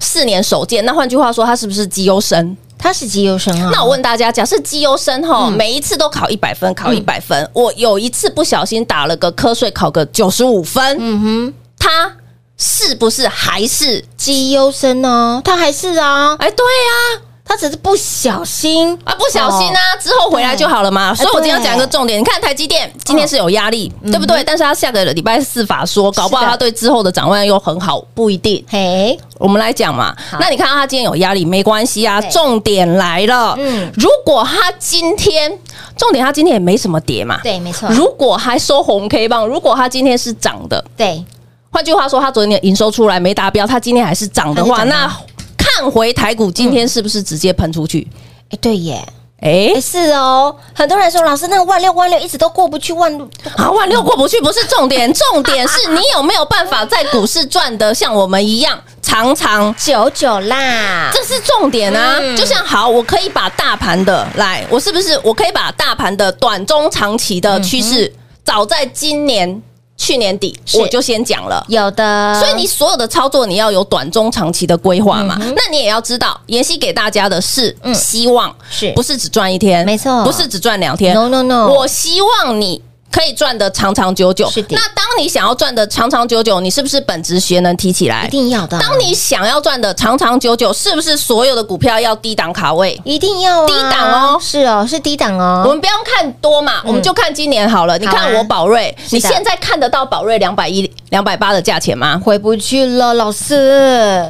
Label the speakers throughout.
Speaker 1: 四年首见，那换句话说，它是不是绩优生？
Speaker 2: 他是绩优生啊。
Speaker 1: 那我问大家，假设绩优生哈，
Speaker 2: 嗯
Speaker 1: 每一次都考一百分，考一百分，我有一次不小心打了个瞌睡，考个九十五分，嗯哼，他是不是还是？
Speaker 2: 绩优生呢，他还是啊，
Speaker 1: 哎，对呀、
Speaker 2: 他只是不小心
Speaker 1: 啊，不小心啊，
Speaker 2: 哦
Speaker 1: 之后回来就好了
Speaker 2: 哎
Speaker 1: 嘛。所以我今天要讲一个重点，你看台积电今天是有压力，对不对？但是它下个礼拜四法说，搞不好
Speaker 2: 哦嗯是的
Speaker 1: 它对之后的展望又很好，不一定。
Speaker 2: 嘿，
Speaker 1: 我们来讲嘛，那你看到它今天有压力没关系啊，
Speaker 2: 对
Speaker 1: 重点来了。
Speaker 2: 嗯
Speaker 1: 嗯，如果它今天重点，它今天也没什么跌嘛。
Speaker 2: 对，没错，
Speaker 1: 如果还收红 K 棒，如果它今天是涨的，
Speaker 2: 对，
Speaker 1: 换句话说，它昨天的营收出来没达标，它今天还是涨的话，
Speaker 2: 还是涨
Speaker 1: 那
Speaker 2: 啊
Speaker 1: 看回台股今天是不是直接喷出去？
Speaker 2: 哎，对耶，
Speaker 1: 哎、
Speaker 2: 哎，是哦，很多人说老师，那个万六万六一直都过不去，万六
Speaker 1: 啊，万六过不去不是重点，重点是你有没有办法在股市赚得像我们一样常常。
Speaker 2: 九九啦，
Speaker 1: 这是重点啊！
Speaker 2: 嗯
Speaker 1: 就像好，我可以把大盘的来，我是不是我可以把大盘的短中长期的趋势，早在今年、去年底
Speaker 2: 嗯是
Speaker 1: 我就先讲了。
Speaker 2: 有的，
Speaker 1: 所以你所有的操作，你要有短、中、长期的规划嘛。那你也要知道，妍希给大家的是
Speaker 2: 嗯
Speaker 1: 希望，
Speaker 2: 是
Speaker 1: 不是只赚一天？
Speaker 2: 没错
Speaker 1: 不是只赚两天。
Speaker 2: no no no，
Speaker 1: 我希望你。可以赚得长长久久。
Speaker 2: 是的
Speaker 1: 那当你想要赚得长长久久，你是不是本职学能提起来
Speaker 2: 一？定要的，
Speaker 1: 当你想要赚的长长久久，是不是所有的股票要低档卡位？
Speaker 2: 一定要啊
Speaker 1: 低档哦
Speaker 2: 是哦，是低档哦，
Speaker 1: 我们不用看多嘛，我们就看今年好了。你
Speaker 2: 嗯好
Speaker 1: 看
Speaker 2: 啊
Speaker 1: 我宝瑞，
Speaker 2: 是
Speaker 1: 你
Speaker 2: 的
Speaker 1: 现在看得到宝瑞两百一、两百八的价钱吗？
Speaker 2: 回不去了，老师，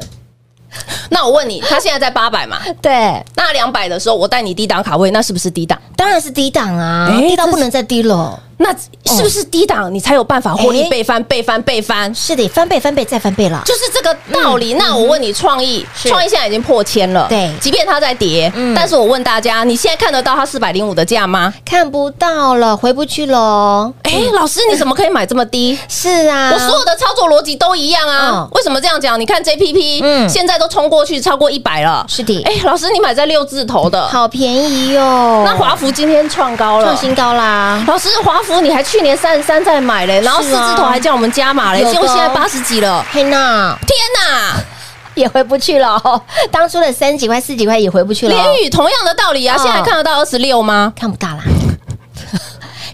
Speaker 1: 那我问你，它现在在八百嘛？
Speaker 2: 对，
Speaker 1: 那两百的时候，我带你低档卡位，那是不是低档？
Speaker 2: 当然是低档啊，
Speaker 1: 哎
Speaker 2: 低到
Speaker 1: 这
Speaker 2: 不能再低了，
Speaker 1: 那是不是低档你才有办法获利
Speaker 2: 哎
Speaker 1: 倍翻、倍翻、倍翻？
Speaker 2: 是的，翻倍翻倍再翻倍了，
Speaker 1: 就是这个道理。那我问你，创意，
Speaker 2: 嗯是
Speaker 1: 创意现在已经破千了，
Speaker 2: 对
Speaker 1: 即便它在跌
Speaker 2: 嗯，
Speaker 1: 但是我问大家，你现在看得到它四百零五的价吗？
Speaker 2: 看不到了，回不去了，
Speaker 1: 哎，老师，你怎么可以买这么低？
Speaker 2: 是啊，
Speaker 1: 我所有的操作逻辑都一样啊
Speaker 2: 嗯，
Speaker 1: 为什么这样讲？你看 JPP
Speaker 2: 嗯
Speaker 1: 现在都冲过去超过一百了，
Speaker 2: 是的，
Speaker 1: 哎，老师，你买在六字头的，
Speaker 2: 好便宜哟、哦，
Speaker 1: 那华孚今天创高了
Speaker 2: 创。新高啦，
Speaker 1: 老师，华孚你还去年三十三再买嘞，然后四字头还叫我们加码嘞
Speaker 2: 啊有，的
Speaker 1: 结果现在八十几了，
Speaker 2: 嘿娜
Speaker 1: 天哪！
Speaker 2: 也回不去了、哦，当初的三十几块、四十几块也回不去了哦、
Speaker 1: 联宇同样的道理啊，
Speaker 2: 嗯
Speaker 1: 现在看得到二十六吗？
Speaker 2: 看不到啦，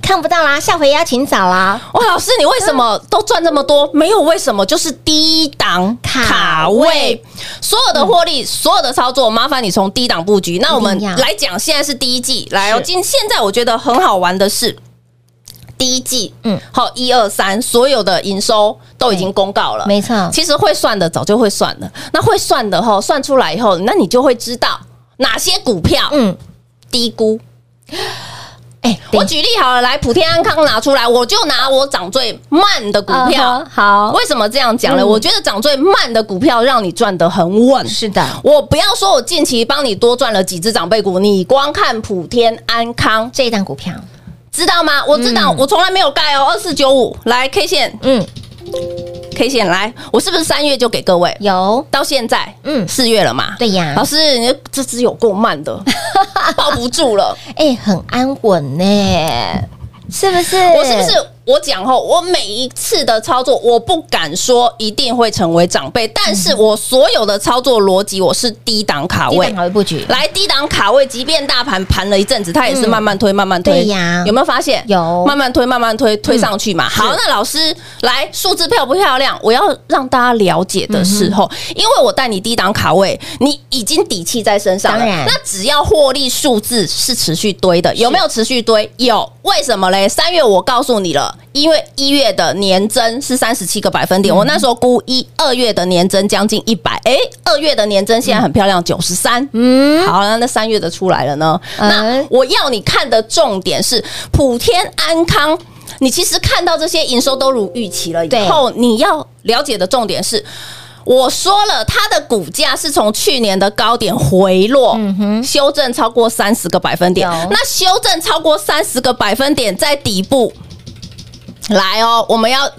Speaker 2: 看不到啦，下回要请早啦。
Speaker 1: 哇，老师，你为什么都赚这么多？没有为什么，就是低档
Speaker 2: 卡嗯
Speaker 1: 卡位，所有的获利，所有的操作，麻烦你从低档布局。那我们
Speaker 2: 一定要
Speaker 1: 来讲，现在是第一季，来哦
Speaker 2: 是，
Speaker 1: 今现在我觉得很好玩的是。第一季，
Speaker 2: 嗯
Speaker 1: 嗯，好，一二三，所有的营收都已经公告了，
Speaker 2: 没错
Speaker 1: 其实会算的早就会算了，那会算的哈，算出来以后，那你就会知道哪些股票
Speaker 2: 嗯，
Speaker 1: 低估，
Speaker 2: 哎、
Speaker 1: 我举例好了，来普天安康拿出来，我就拿我涨最慢的股票
Speaker 2: 嗯哼。好，
Speaker 1: 为什么这样讲呢？
Speaker 2: 嗯
Speaker 1: 我觉得涨最慢的股票让你赚得很稳。
Speaker 2: 是的，
Speaker 1: 我不要说我近期帮你多赚了几只长辈股，你光看普天安康，
Speaker 2: 这一档股票，
Speaker 1: 知道吗？我知道，我从来没有盖哦，二四九五来 K 线
Speaker 2: 嗯，
Speaker 1: ，K 线来，我是不是三月就给各位？
Speaker 2: 有，
Speaker 1: 到现在，
Speaker 2: 嗯
Speaker 1: 嗯，四月了嘛，
Speaker 2: 对呀
Speaker 1: 老师，你这只有够慢 的，抱不住了。
Speaker 2: 哎、很安稳呢、是不是？
Speaker 1: 我是不是我讲后，我每一次的操作，我不敢说一定会成为长辈，但是我所有的操作逻辑，我是低档卡
Speaker 2: 低
Speaker 1: 位
Speaker 2: 档。好的布局？
Speaker 1: 来低档卡位，即便大盘盘了一阵子，它也是
Speaker 2: 嗯
Speaker 1: 慢慢推，慢慢推。
Speaker 2: 对呀
Speaker 1: 有没有发现？
Speaker 2: 有嗯
Speaker 1: 慢慢推，慢慢推，推上去嘛。好，那老师来数字漂不漂亮？我要让大家了解的时
Speaker 2: 嗯
Speaker 1: 候，因为我带你低档卡位，你已经底气在身上了。
Speaker 2: 当然
Speaker 1: 那只要获利数字是持续堆的，有没有持续堆？有。为什么嘞？三月我告诉你了，因为一月的年增是三十七个百分
Speaker 2: 嗯
Speaker 1: 点，我那时候估一二月的年增将近一百，哎，二月的年增现在很漂亮，九十三。
Speaker 2: 嗯，
Speaker 1: 好，那那三月的出来了呢？
Speaker 2: 嗯
Speaker 1: 那我要你看的重点是普天安康。你其实看到这些营收都如预期了
Speaker 2: 对
Speaker 1: 以后，你要了解的重点是，我说了，它的股价是从去年的高点回落，
Speaker 2: 嗯
Speaker 1: 修正超过三十个百分点
Speaker 2: 有。
Speaker 1: 那修正超过三十个百分点，在底部来
Speaker 2: 嗯
Speaker 1: 哦，我们要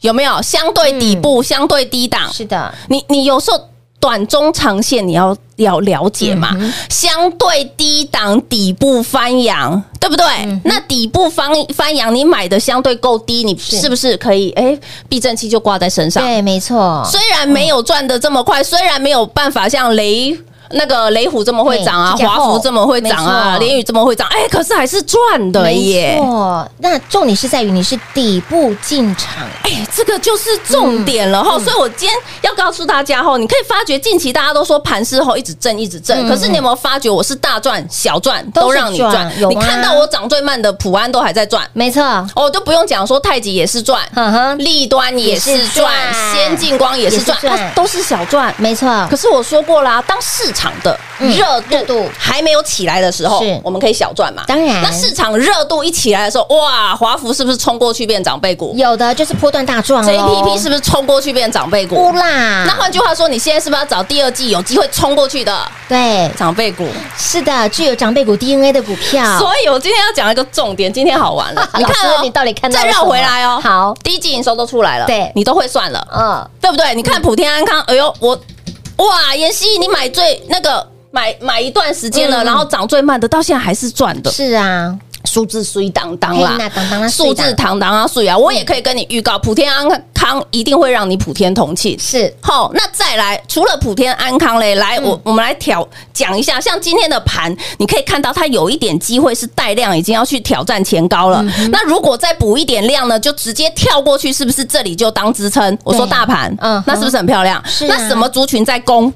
Speaker 1: 有没有相对底部、相对低档？
Speaker 2: 是的，
Speaker 1: 你你有时候短中长线你要要了解嘛，
Speaker 2: 嗯
Speaker 1: 相对低档底部翻扬，对不对？
Speaker 2: 嗯
Speaker 1: 那底部翻翻扬，你买的相对够低，你是不是可以哎避震器就挂在身上？
Speaker 2: 对，没错，
Speaker 1: 虽然没有赚的这么快，虽然没有办法像雷。那个雷虎这么会涨啊，
Speaker 2: 对
Speaker 1: 华孚这么会涨
Speaker 2: 没
Speaker 1: 啊，
Speaker 2: 错
Speaker 1: 联宇这么会涨，哎，可是还是赚的耶
Speaker 2: 没。错。那重点是在于你是底部进场，
Speaker 1: 哎，这个就是重点
Speaker 2: 嗯
Speaker 1: 了哈、所以我今天要告诉大家哈，你可以发觉近期大家都说盘势后一直震一直
Speaker 2: 嗯
Speaker 1: 震、可是你有没有发觉我是大赚小赚
Speaker 2: 都是
Speaker 1: 都让你
Speaker 2: 赚
Speaker 1: 赚、
Speaker 2: 有
Speaker 1: 你
Speaker 2: 啊
Speaker 1: 看到我涨最慢的普安都还在赚，
Speaker 2: 没错，
Speaker 1: 哦，就不用讲说太极也是赚，
Speaker 2: 嗯哼，
Speaker 1: 立端也
Speaker 2: 也
Speaker 1: 是
Speaker 2: 是
Speaker 1: 赚
Speaker 2: 赚，
Speaker 1: 先进光也是赚，
Speaker 2: 也是赚
Speaker 1: 它都是小赚。
Speaker 2: 没错
Speaker 1: 可，是我说过啦，当市场的
Speaker 2: 嗯
Speaker 1: 热
Speaker 2: 热度
Speaker 1: 度还没有起来的时候
Speaker 2: 是，
Speaker 1: 我们可以小赚嘛。
Speaker 2: 当然
Speaker 1: 那市场热度一起来的时候，哇，华孚是不是冲过去变长辈股？
Speaker 2: 有的就是波段大壮
Speaker 1: JPP 是不是冲过去变长辈股
Speaker 2: 乌？啊啦，
Speaker 1: 那换句话说，你现在是不是要找第二季有机会冲过去的
Speaker 2: 对，
Speaker 1: 长辈股？
Speaker 2: 是的，具有长辈股 DNA 的股票，，
Speaker 1: 所以我今天要讲一个重点，今天好玩了 你看
Speaker 2: 老
Speaker 1: 哦
Speaker 2: 师，你到底看到了
Speaker 1: 再
Speaker 2: 什么
Speaker 1: 绕回来哦，
Speaker 2: 好
Speaker 1: 第一季营收都出来了，
Speaker 2: 对
Speaker 1: 你都会算了，
Speaker 2: 嗯，
Speaker 1: 对不对？你看普天安康，哎呦，我哇，妍希，你买最那个。买买一段时间了，
Speaker 2: 嗯
Speaker 1: 然后涨最慢的，到现在还是赚的，
Speaker 2: 是啊，
Speaker 1: 数字虽当当
Speaker 2: 嘿那
Speaker 1: 啦，
Speaker 2: 当当啦
Speaker 1: 数字
Speaker 2: 碎当嗯
Speaker 1: 堂堂啊，虽啊，我也可以跟你预告，普天安康一定会让你普天同庆，
Speaker 2: 是
Speaker 1: 好，那再来，除了普天安康嘞，
Speaker 2: 嗯
Speaker 1: 来，我我们来挑讲一下，像今天的盘，你可以看到它有一点机会是带量已经要去挑战前高了。
Speaker 2: 嗯
Speaker 1: 那如果再补一点量呢，就直接跳过去，是不是这里就当支撑？我说大盘，
Speaker 2: 嗯
Speaker 1: 嗯
Speaker 2: 哼，
Speaker 1: 那是不是很漂亮？
Speaker 2: 是啊
Speaker 1: 那什么族群在攻？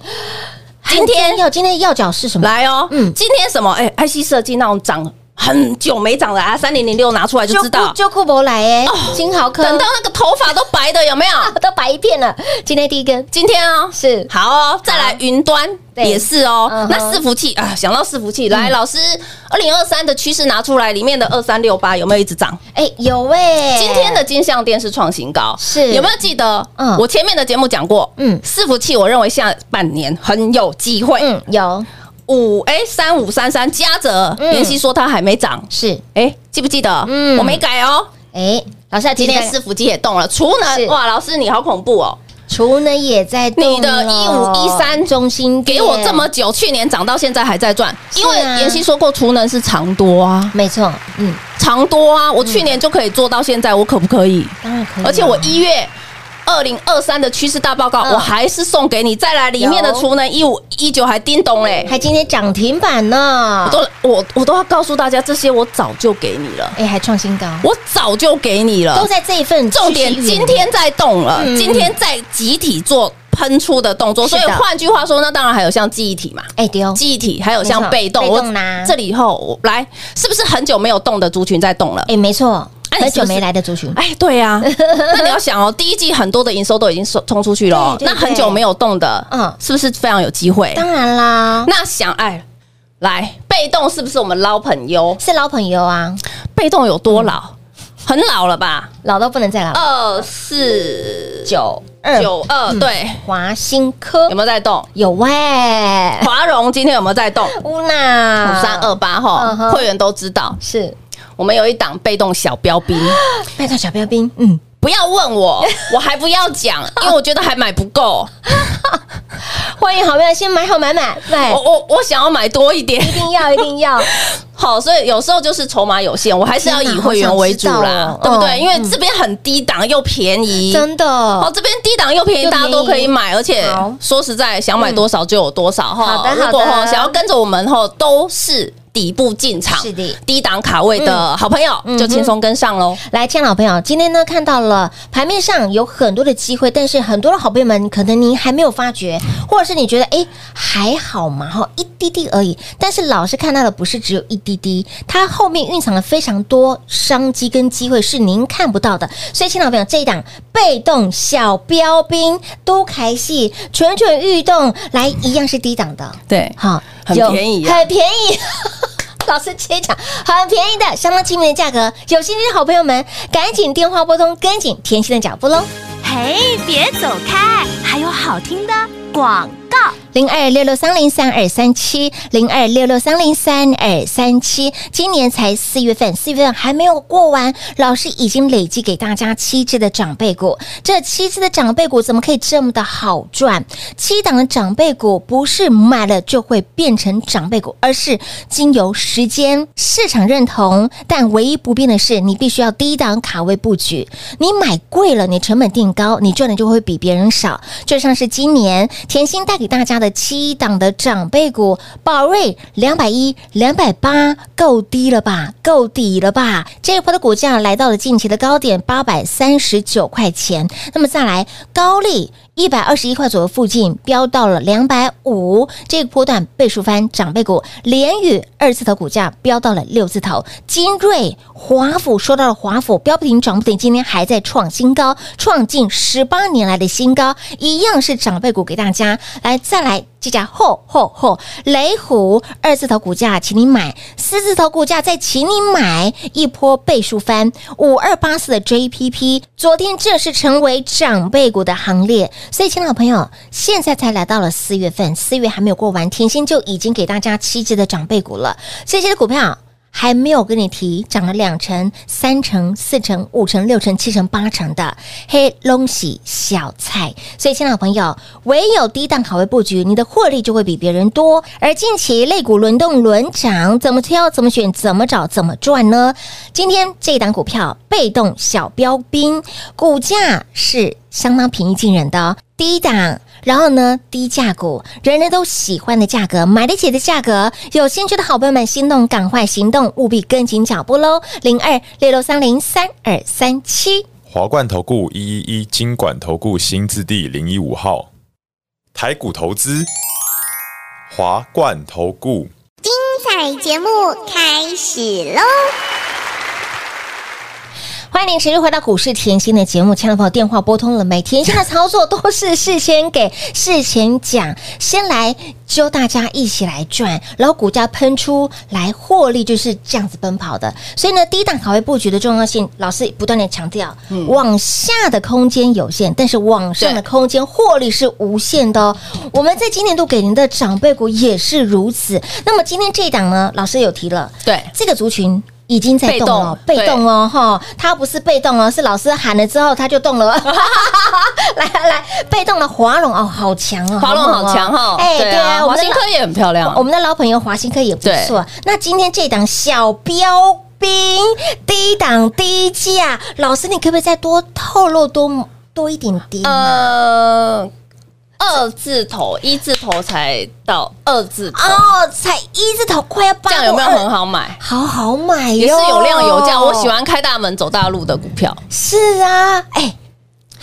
Speaker 1: 今天
Speaker 2: 要今天要角是什么？
Speaker 1: 来哦，
Speaker 2: 嗯
Speaker 1: 今天什么？哎、i c 设计那种涨很久没涨的啊，三零零六拿出来就知道，哦
Speaker 2: 就库珀来哎，金豪科
Speaker 1: 等到那个头发都白的，有没有？
Speaker 2: 都白一片了，今天第一根
Speaker 1: 今天哦，
Speaker 2: 是
Speaker 1: 好哦，再来云端
Speaker 2: 对
Speaker 1: 也是哦
Speaker 2: 嗯哼。嗯
Speaker 1: 那伺服器啊，想到伺服器，来老师，二零二三的趋势拿出来，里面的二三六八有没有一直涨？
Speaker 2: 哎有哎，
Speaker 1: 今天的金项店是创新高，
Speaker 2: 是
Speaker 1: 有没有记得？
Speaker 2: 嗯
Speaker 1: 我前面的节目讲过，
Speaker 2: 嗯
Speaker 1: 嗯，伺服器我认为下半年很有机会。
Speaker 2: 嗯有
Speaker 1: 五哎三五三三嘉泽，
Speaker 2: 嗯
Speaker 1: 妍希说它还没涨，
Speaker 2: 是
Speaker 1: 哎，记不记得？
Speaker 2: 嗯
Speaker 1: 嗯，我没改哦。
Speaker 2: 哎，老师
Speaker 1: 今天伺服器也动了，储
Speaker 2: 是
Speaker 1: 能哇，老师你好恐怖哦！
Speaker 2: 厨呢也在动
Speaker 1: 你的
Speaker 2: 了
Speaker 1: 1513
Speaker 2: 中心店
Speaker 1: 给我这么久，去年涨到现在还在赚，
Speaker 2: 是啊
Speaker 1: 因为妍希说过，储能是长多啊，
Speaker 2: 没错，嗯
Speaker 1: 长多啊，我去年就可以做到现在，我可不可以？
Speaker 2: 当然可以啊，
Speaker 1: 而且我一月。二零二三的趋势大报告，
Speaker 2: 嗯
Speaker 1: 我还是送给你。再来里面的
Speaker 2: 有
Speaker 1: 储能一五一九还叮咚嘞，
Speaker 2: 还今天涨停板呢
Speaker 1: 我，都我我都要告诉大家，这些我早就给你了，
Speaker 2: 哎还创新高，
Speaker 1: 我早就给你了。
Speaker 2: 都在这一份
Speaker 1: 呃重点
Speaker 2: 趋势云
Speaker 1: 今天在动了，
Speaker 2: 嗯
Speaker 1: 今天在集体做喷出的动作，
Speaker 2: 是
Speaker 1: 所
Speaker 2: 的
Speaker 1: 以换句话说，那当然还有像记忆体嘛，
Speaker 2: 哎丢
Speaker 1: 记忆体还有
Speaker 2: 没
Speaker 1: 像
Speaker 2: 错
Speaker 1: 被动，
Speaker 2: 被
Speaker 1: 我
Speaker 2: 动啦
Speaker 1: 这里以后我来，是不是很久没有动的族群在动了？
Speaker 2: 哎没错，
Speaker 1: 哎
Speaker 2: 很
Speaker 1: 你是
Speaker 2: 久
Speaker 1: 不是
Speaker 2: 没来的族群，
Speaker 1: 哎，对 呀、那你要想哦，第一季很多的营收都已经冲冲出去了哦，
Speaker 2: 对对
Speaker 1: 那很久没有动的，
Speaker 2: 嗯
Speaker 1: 嗯，是不是非常有机会？
Speaker 2: 当然啦，
Speaker 1: 那想哎，来被动是不是我们捞朋友？
Speaker 2: 是老朋友啊，
Speaker 1: 被动有多老？很老了吧？
Speaker 2: 老到不能再老，
Speaker 1: 二四
Speaker 2: 九二嗯
Speaker 1: 九二，对，
Speaker 2: 华新科
Speaker 1: 有没有在动？
Speaker 2: 有喂、嗯
Speaker 1: 华融今天有没有在动？
Speaker 2: 乌娜
Speaker 1: 五三二八
Speaker 2: 嗯哼
Speaker 1: 哈，会员都知道，
Speaker 2: 是
Speaker 1: 我们有一档被动小标兵，
Speaker 2: 拜托小标兵，嗯，
Speaker 1: 不要问我， 我还不要讲，因为我觉得还买不够，
Speaker 2: 欢迎好朋友先买好买买买
Speaker 1: 我，我我想要买多一点。
Speaker 2: 一定要一定 要，
Speaker 1: 好，所以有时候就是筹码有限，我还是要以会员为主
Speaker 2: 天哪好想知道哦
Speaker 1: 啦，对不对？
Speaker 2: 嗯
Speaker 1: 因为这边很低档又便宜。
Speaker 2: 真
Speaker 1: 哦，
Speaker 2: 的，
Speaker 1: 这边低档又便
Speaker 2: 又
Speaker 1: 宜，大家都可
Speaker 2: 便宜
Speaker 1: 以买，而且
Speaker 2: 好
Speaker 1: 说实在，想买多少就有多少哈。
Speaker 2: 好的好的
Speaker 1: 如果哦想要跟着我们后都是底部进场，
Speaker 2: 是的
Speaker 1: 低档卡位的好朋友
Speaker 2: 嗯
Speaker 1: 就轻松跟上喽。
Speaker 2: 来，亲爱的好朋友，今天呢看到了盘面上有很多的机会，但是很多的好朋友们，可能您还没有发觉，或者是你觉得哎还好嘛，哈，一滴滴而已。但是老师看到的不是只有一滴滴，它后面蕴藏了非常多商机跟机会是您看不到的。所以，亲爱的朋友，这一档被动小标兵都开戏，蠢蠢欲动，来一样是低档的。
Speaker 1: 对
Speaker 2: 好，
Speaker 1: 很
Speaker 2: 有
Speaker 1: 便宜啊
Speaker 2: 很便宜。 老师直接讲，很便宜的，相当亲民的价格，有兴趣的好朋友们，赶紧电话拨通，跟紧甜心的脚步喽。
Speaker 3: 嘿，别走开，还有好听的广告。
Speaker 2: 零二六六三零三二三七零二六六三零三二三七。今年才四月份，四月份还没有过完，老师已经累积给大家七只的长辈股。这七只的长辈股怎么可以这么的好赚？七档的长辈股不是买了就会变成长辈股，而是经由时间、市场认同。但唯一不变的是，你必须要低档卡位布局。你买贵了，你成本定高，你赚的就会比别人少。就像是今年甜心带给大家的七档的长辈股，宝瑞两百一、两百八，够低了吧？够底了吧？这一波的股价来到了近期的高点八百三十九块钱。那么再来高利。一百二十一块左右附近飙到了两百五，这个波段倍数翻长辈股，联宇二字头股价飙到了六字头，金瑞、华府说到了华府飙不停涨不停，今天还在创新高，创近十八年来的新高，一样是长辈股给大家来再来。这家吼吼吼，雷虎二字头股价，请你买；四字头股价再请你买，一波倍数翻。五二八四的 JPP，昨天正式成为长辈股的行列。所以，亲爱的朋友，现在才来到了四月份，四月还没有过完，甜心就已经给大家七只的长辈股了。这些的股票还没有跟你提涨了两成、三成、四成、五成、六成、七成、八成的黑龙喜小菜。所以，亲爱的朋友，唯有低档卡位布局，你的获利就会比别人多。而近期类股轮动轮涨，怎么挑、怎么选、怎么找、怎么赚呢？今天这一档股票，被动小标兵，股价是相当平易近人的、哦，低档。然后呢，低价股，人人都喜欢的价格，买得起的价格，有兴趣的好朋友们，心动赶快行动，务必跟紧脚步喽！零二六六三零三二三七，
Speaker 4: 华冠投顾一一一金管投顾新字第零一五号，台股投资，华冠投顾。
Speaker 5: 彩节目开始喽！
Speaker 2: 欢迎您持续回到股市甜心的节目，亲爱的朋友，电话拨通了没？甜心的操作都是事先给、事前讲，先来揪大家一起来赚，然后股价喷出来获利就是这样子奔跑的。所以呢，低档卡位布局的重要性，老师不断的强调，往下的空间有限，但是往上的
Speaker 1: 对
Speaker 2: 空间获利是无限的哦。我们在今年度给您的长辈股也是如此。那么今天这一档呢，老师有提了，
Speaker 1: 对
Speaker 2: 这个族群已经在动了，被
Speaker 1: 被
Speaker 2: 动
Speaker 1: 动哦
Speaker 2: 哦，哈，它不是被动哦，是老师喊了之后它就动了， 来来来，被动的华龙哦，好强哦，
Speaker 1: 华龙好强
Speaker 2: 猛
Speaker 1: 哈，
Speaker 2: 哎，对啊，我
Speaker 1: 华
Speaker 2: 们的
Speaker 1: 新科也很漂亮
Speaker 2: 老我，们的老朋友华新科也不错。那今天这档小标兵低档低价，老师你可不可以再多透露多多一点点啊？
Speaker 1: 呃，二字头、一字头才到二字头，
Speaker 2: 哦，才一字头，快要八
Speaker 1: 呃这
Speaker 2: 五
Speaker 1: 样
Speaker 2: 二，
Speaker 1: 有没有很好买？
Speaker 2: 好好买哟？
Speaker 1: 也是有量有价，我喜欢开大门走大路的股票。
Speaker 2: 是啊，哎，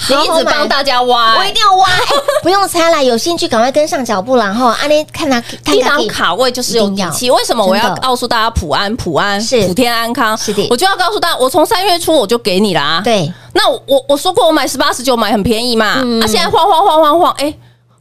Speaker 1: 你
Speaker 2: 好
Speaker 1: 一
Speaker 2: 好
Speaker 1: 直
Speaker 2: 买
Speaker 1: 帮大家挖，
Speaker 2: 我一定要 挖，哎不用猜啦，有兴趣赶快跟上脚步啦哈！阿丽看他看
Speaker 1: 地
Speaker 2: 他
Speaker 1: 方卡位就是有底
Speaker 2: 一定
Speaker 1: 气。
Speaker 2: 要
Speaker 1: 为什么我
Speaker 2: 真
Speaker 1: 要
Speaker 2: 的
Speaker 1: 告诉大家普安、普安、
Speaker 2: 是
Speaker 1: 普天安康？
Speaker 2: 是的
Speaker 1: 我就要告诉大家，我从三月初我就给你啦。，
Speaker 2: 对，
Speaker 1: 那我我我说过我买十八十九买很便宜嘛，
Speaker 2: 嗯
Speaker 1: 啊，现在晃晃晃晃晃，哎。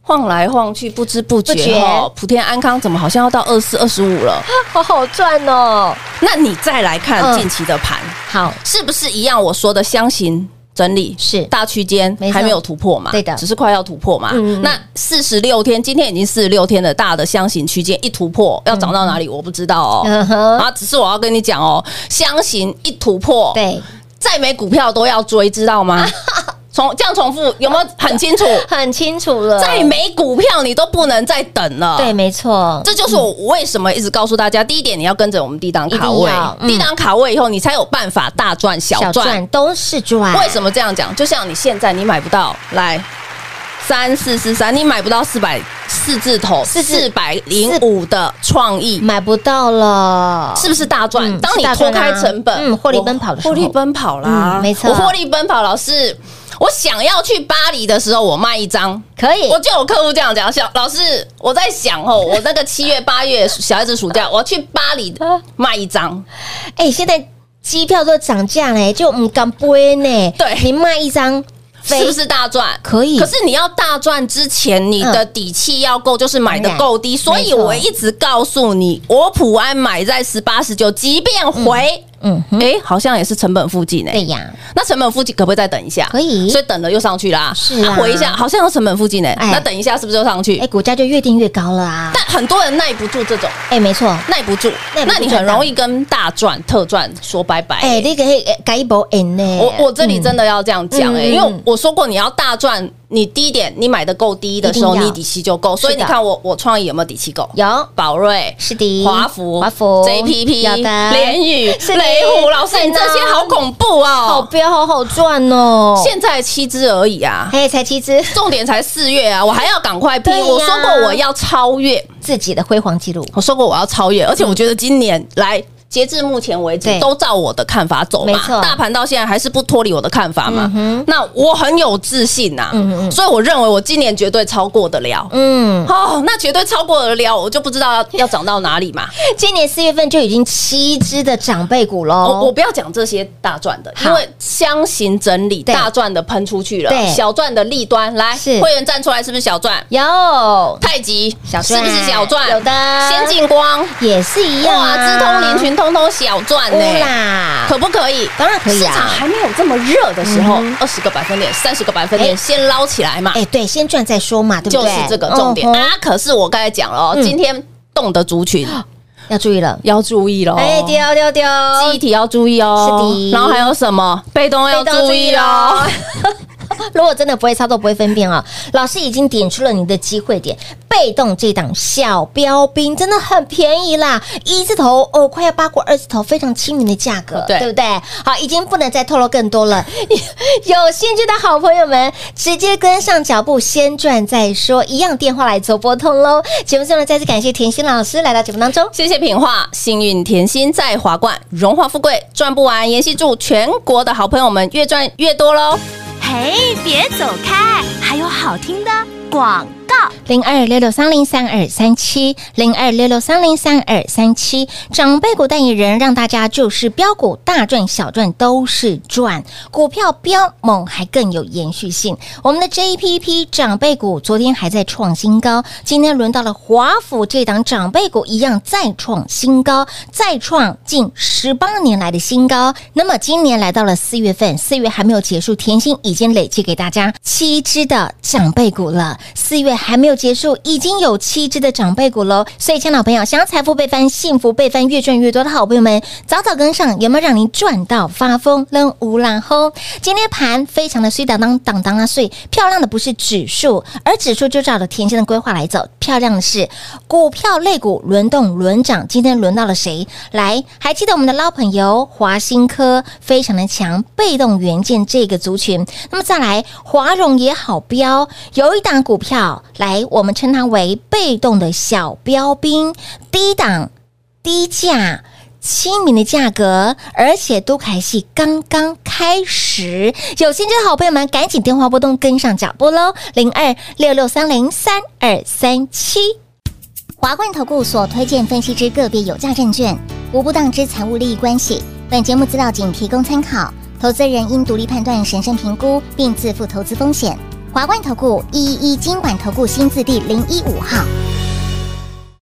Speaker 1: 晃来晃去，不知不觉
Speaker 2: 不觉
Speaker 1: 哦，普天安康怎么好像要到二四、二十五了？
Speaker 2: 好好赚哦。
Speaker 1: 那你再来看
Speaker 2: 嗯
Speaker 1: 近期的盘，
Speaker 2: 好，
Speaker 1: 是不是一样？我说的箱型整理
Speaker 2: 是
Speaker 1: 大区间
Speaker 2: 没错
Speaker 1: 还没有突破嘛？
Speaker 2: 对的
Speaker 1: 只是快要突破嘛。
Speaker 2: 嗯嗯嗯
Speaker 1: 那四十六天，今天已经四十六天的大的箱型区间一突破，要涨到哪里我不知道哦。
Speaker 2: 嗯哼，
Speaker 1: 啊，只是我要跟你讲哦，箱型一突破，，
Speaker 2: 对，
Speaker 1: 再没股票都要追，知 道吗？重这样重复有没有很清楚？
Speaker 2: 很清楚了。
Speaker 1: 再没股票你都不能再等了。
Speaker 2: 对，没错，
Speaker 1: 这就是我为什么一直告诉大家，第一点你要跟着我们低档卡
Speaker 2: 一定
Speaker 1: 位
Speaker 2: 要，嗯
Speaker 1: 低档卡位以后你才有办法大赚小赚。
Speaker 2: 都是赚。
Speaker 1: 为什么这样讲？就像你现在你买不到，来三四四三，你买不到四百四字头
Speaker 2: 四字
Speaker 1: 四百零五的创意。
Speaker 2: 买不到了？
Speaker 1: 是不是大赚？
Speaker 2: 嗯
Speaker 1: 当你
Speaker 2: 是大
Speaker 1: 脱
Speaker 2: 赚啊
Speaker 1: 开成本，
Speaker 2: 嗯获利奔跑的时候
Speaker 1: 我获利奔跑啦，
Speaker 2: 嗯没错
Speaker 1: 我获利奔跑。老师，我想要去巴黎的时候，我卖一张，
Speaker 2: 可 以
Speaker 1: 我就有客户这样讲，小老师，我在想哦，我那个七月八月小孩子暑假，我要去巴黎卖 一张，
Speaker 2: 哎，现在机票都涨价嘞，就唔敢背呢。
Speaker 1: 对
Speaker 2: 你卖一张飞，
Speaker 1: 是不是大赚？
Speaker 2: 可以
Speaker 1: 可是你要大赚之前，你的
Speaker 2: 嗯
Speaker 1: 底气要够，就是买的够低。
Speaker 2: 当
Speaker 1: 所
Speaker 2: 然
Speaker 1: 以我一直告诉你，我普安买在十八十九，即便回
Speaker 2: 嗯哼，
Speaker 1: 哎，好像也是成本附近哎
Speaker 2: 对。呀，
Speaker 1: 那成本附近可不可以再等一下？
Speaker 2: 可以
Speaker 1: 所以等了又上去啦。
Speaker 2: 是啊
Speaker 1: 回一下，好像有成本附近哎。
Speaker 2: 哎
Speaker 1: 那等一下是不是又上去
Speaker 2: 哎，？股价就越定越高了啊！
Speaker 1: 但很多人耐不住这种，
Speaker 2: 哎，没错，
Speaker 1: 耐不住，
Speaker 2: 耐不住
Speaker 1: 那你很容易跟大赚特赚说拜拜。
Speaker 2: 哎，那个嘿改一波 N 呢？
Speaker 1: 我我这里真的要这样讲哎、
Speaker 2: 嗯
Speaker 1: 因为我说过你要大赚，你低点你买的够低的时
Speaker 2: 一
Speaker 1: 候，
Speaker 2: 定要
Speaker 1: 你底气就够。所以
Speaker 2: 是的
Speaker 1: 你看我我创意有没有底气够？
Speaker 2: 嗯有
Speaker 1: 宝瑞、
Speaker 2: 是的，
Speaker 1: 华福、
Speaker 2: 华福
Speaker 1: JPP、
Speaker 2: 有的
Speaker 1: 联宇、
Speaker 2: 是的
Speaker 1: 雷虎，老师
Speaker 2: 是
Speaker 1: 你
Speaker 2: 的
Speaker 1: 这些好恐怖
Speaker 2: 好
Speaker 1: 哦！
Speaker 2: 标，好好赚哦！
Speaker 1: 现在七只而已啊，
Speaker 2: 嘿，才七只
Speaker 1: 重点才四月啊，我还要赶快拼。
Speaker 2: 对呀
Speaker 1: 我说过我要超越，
Speaker 2: 自己的辉煌记录，
Speaker 1: 我说过我要超越，而且我觉得今年来。截至目前为
Speaker 2: 嗯对
Speaker 1: 止，都照我的看法走
Speaker 2: 没
Speaker 1: 嘛
Speaker 2: 错，
Speaker 1: 大盘到现在还是不脱离我的看法嘛。
Speaker 2: 嗯
Speaker 1: 那我很有自信呐、
Speaker 2: 嗯嗯嗯
Speaker 1: 所以我认为我今年绝对超过得了。
Speaker 2: 嗯，
Speaker 1: 哦，那绝对超过得了，我就不知道要要涨到哪里 嘛。
Speaker 2: 今年四月份就已经七只的长辈股喽。
Speaker 1: 我我不要讲这些大赚的，
Speaker 2: 哦好
Speaker 1: 因为箱型整理
Speaker 2: 对
Speaker 1: 大赚的喷出去了
Speaker 2: 对，
Speaker 1: 小赚的利端来，
Speaker 2: 是
Speaker 1: 会员站出来是不是小赚？
Speaker 2: 有
Speaker 1: 太极
Speaker 2: 小
Speaker 1: 是
Speaker 2: 赚
Speaker 1: 不是小赚？
Speaker 2: 有的
Speaker 1: 先进光
Speaker 2: 也是一样
Speaker 1: 哇，
Speaker 2: 啊，
Speaker 1: 资通林群通通小赚呢、
Speaker 2: 乌啦，
Speaker 1: 可不可以？
Speaker 2: 当然可以
Speaker 1: 市场
Speaker 2: 啊。
Speaker 1: 还没有这么热的时候
Speaker 2: 嗯，
Speaker 1: 二十、个百分点、三十个百分
Speaker 2: 哎
Speaker 1: 点、先捞起来嘛。
Speaker 2: 哎，对，先赚再说嘛，对不
Speaker 1: 就
Speaker 2: 对？
Speaker 1: 是这个重点
Speaker 2: 嗯哼
Speaker 1: 啊！可是我刚才讲了哦，
Speaker 2: 嗯
Speaker 1: 今天动的族群哦
Speaker 2: 要注意了。
Speaker 1: 要注意喽，
Speaker 2: 哎，丢丢丢，
Speaker 1: 记忆体要注意哦，
Speaker 2: 是的
Speaker 1: 然后还有什么被动要注意哦，
Speaker 2: 如果真的不会操作，不会分辨啊，老师已经点出了你的机会点。被动这档小标兵真的很便宜啦，一字头哦，快要八过二字头，非常亲民的价格，
Speaker 1: 对
Speaker 2: 对不对？好，已经不能再透露更多了。 有兴趣的好朋友们，直接跟上脚步，先赚再说，一样电话来做拨通喽。节目最后呢，再次感谢甜心老师来到节目当中。
Speaker 1: 谢谢品画，幸运甜心在华冠，荣华富贵赚不完。妍希祝全国的好朋友们越赚越多喽！
Speaker 3: 嘿，别走开，还有好听的广告。
Speaker 2: 零二六六三零三二三七，零二六六三零三二三七，长辈股代言人让大家就是标股大赚小赚都是赚，股票飙猛还更有延续性。我们的 JPP 长辈股昨天还在创新高，今天轮到了华府这档长辈股一样再创新高，再创近十八年来的新高。那么今年来到了四月份，四月还没有结束，甜心已经累计给大家七只的长辈股了。四月还没有结束，已经有七只的长辈股喽。所以，亲爱的朋友，想要财富倍翻、幸福倍翻、越赚越多的好朋友们，早早跟上，有没有让您赚到发疯、扔无然后？今天盘非常的碎，当当当当啊碎，漂亮的不是指数，而指数就照着甜心的规划来走。漂亮的是股票类股轮动轮涨，今天轮到了谁？来，还记得我们的老朋友华新科非常的强，被动元件这个族群。那么再来，华融也好标，有一档股票，来我们称它为被动的小标兵，低档低价。亲民的价格，而且都凯系刚刚开始，有兴趣的好朋友们赶紧电话拨动跟上脚步喽，零二六六三零三二三七。
Speaker 5: 华冠投顾所推荐分析之个别有价证券，无不当之财务利益关系。本节目资料仅提供参考，投资人应独立判断、审慎评估，并自负投资风险。华冠投顾一一一金管投顾新字第零一五号。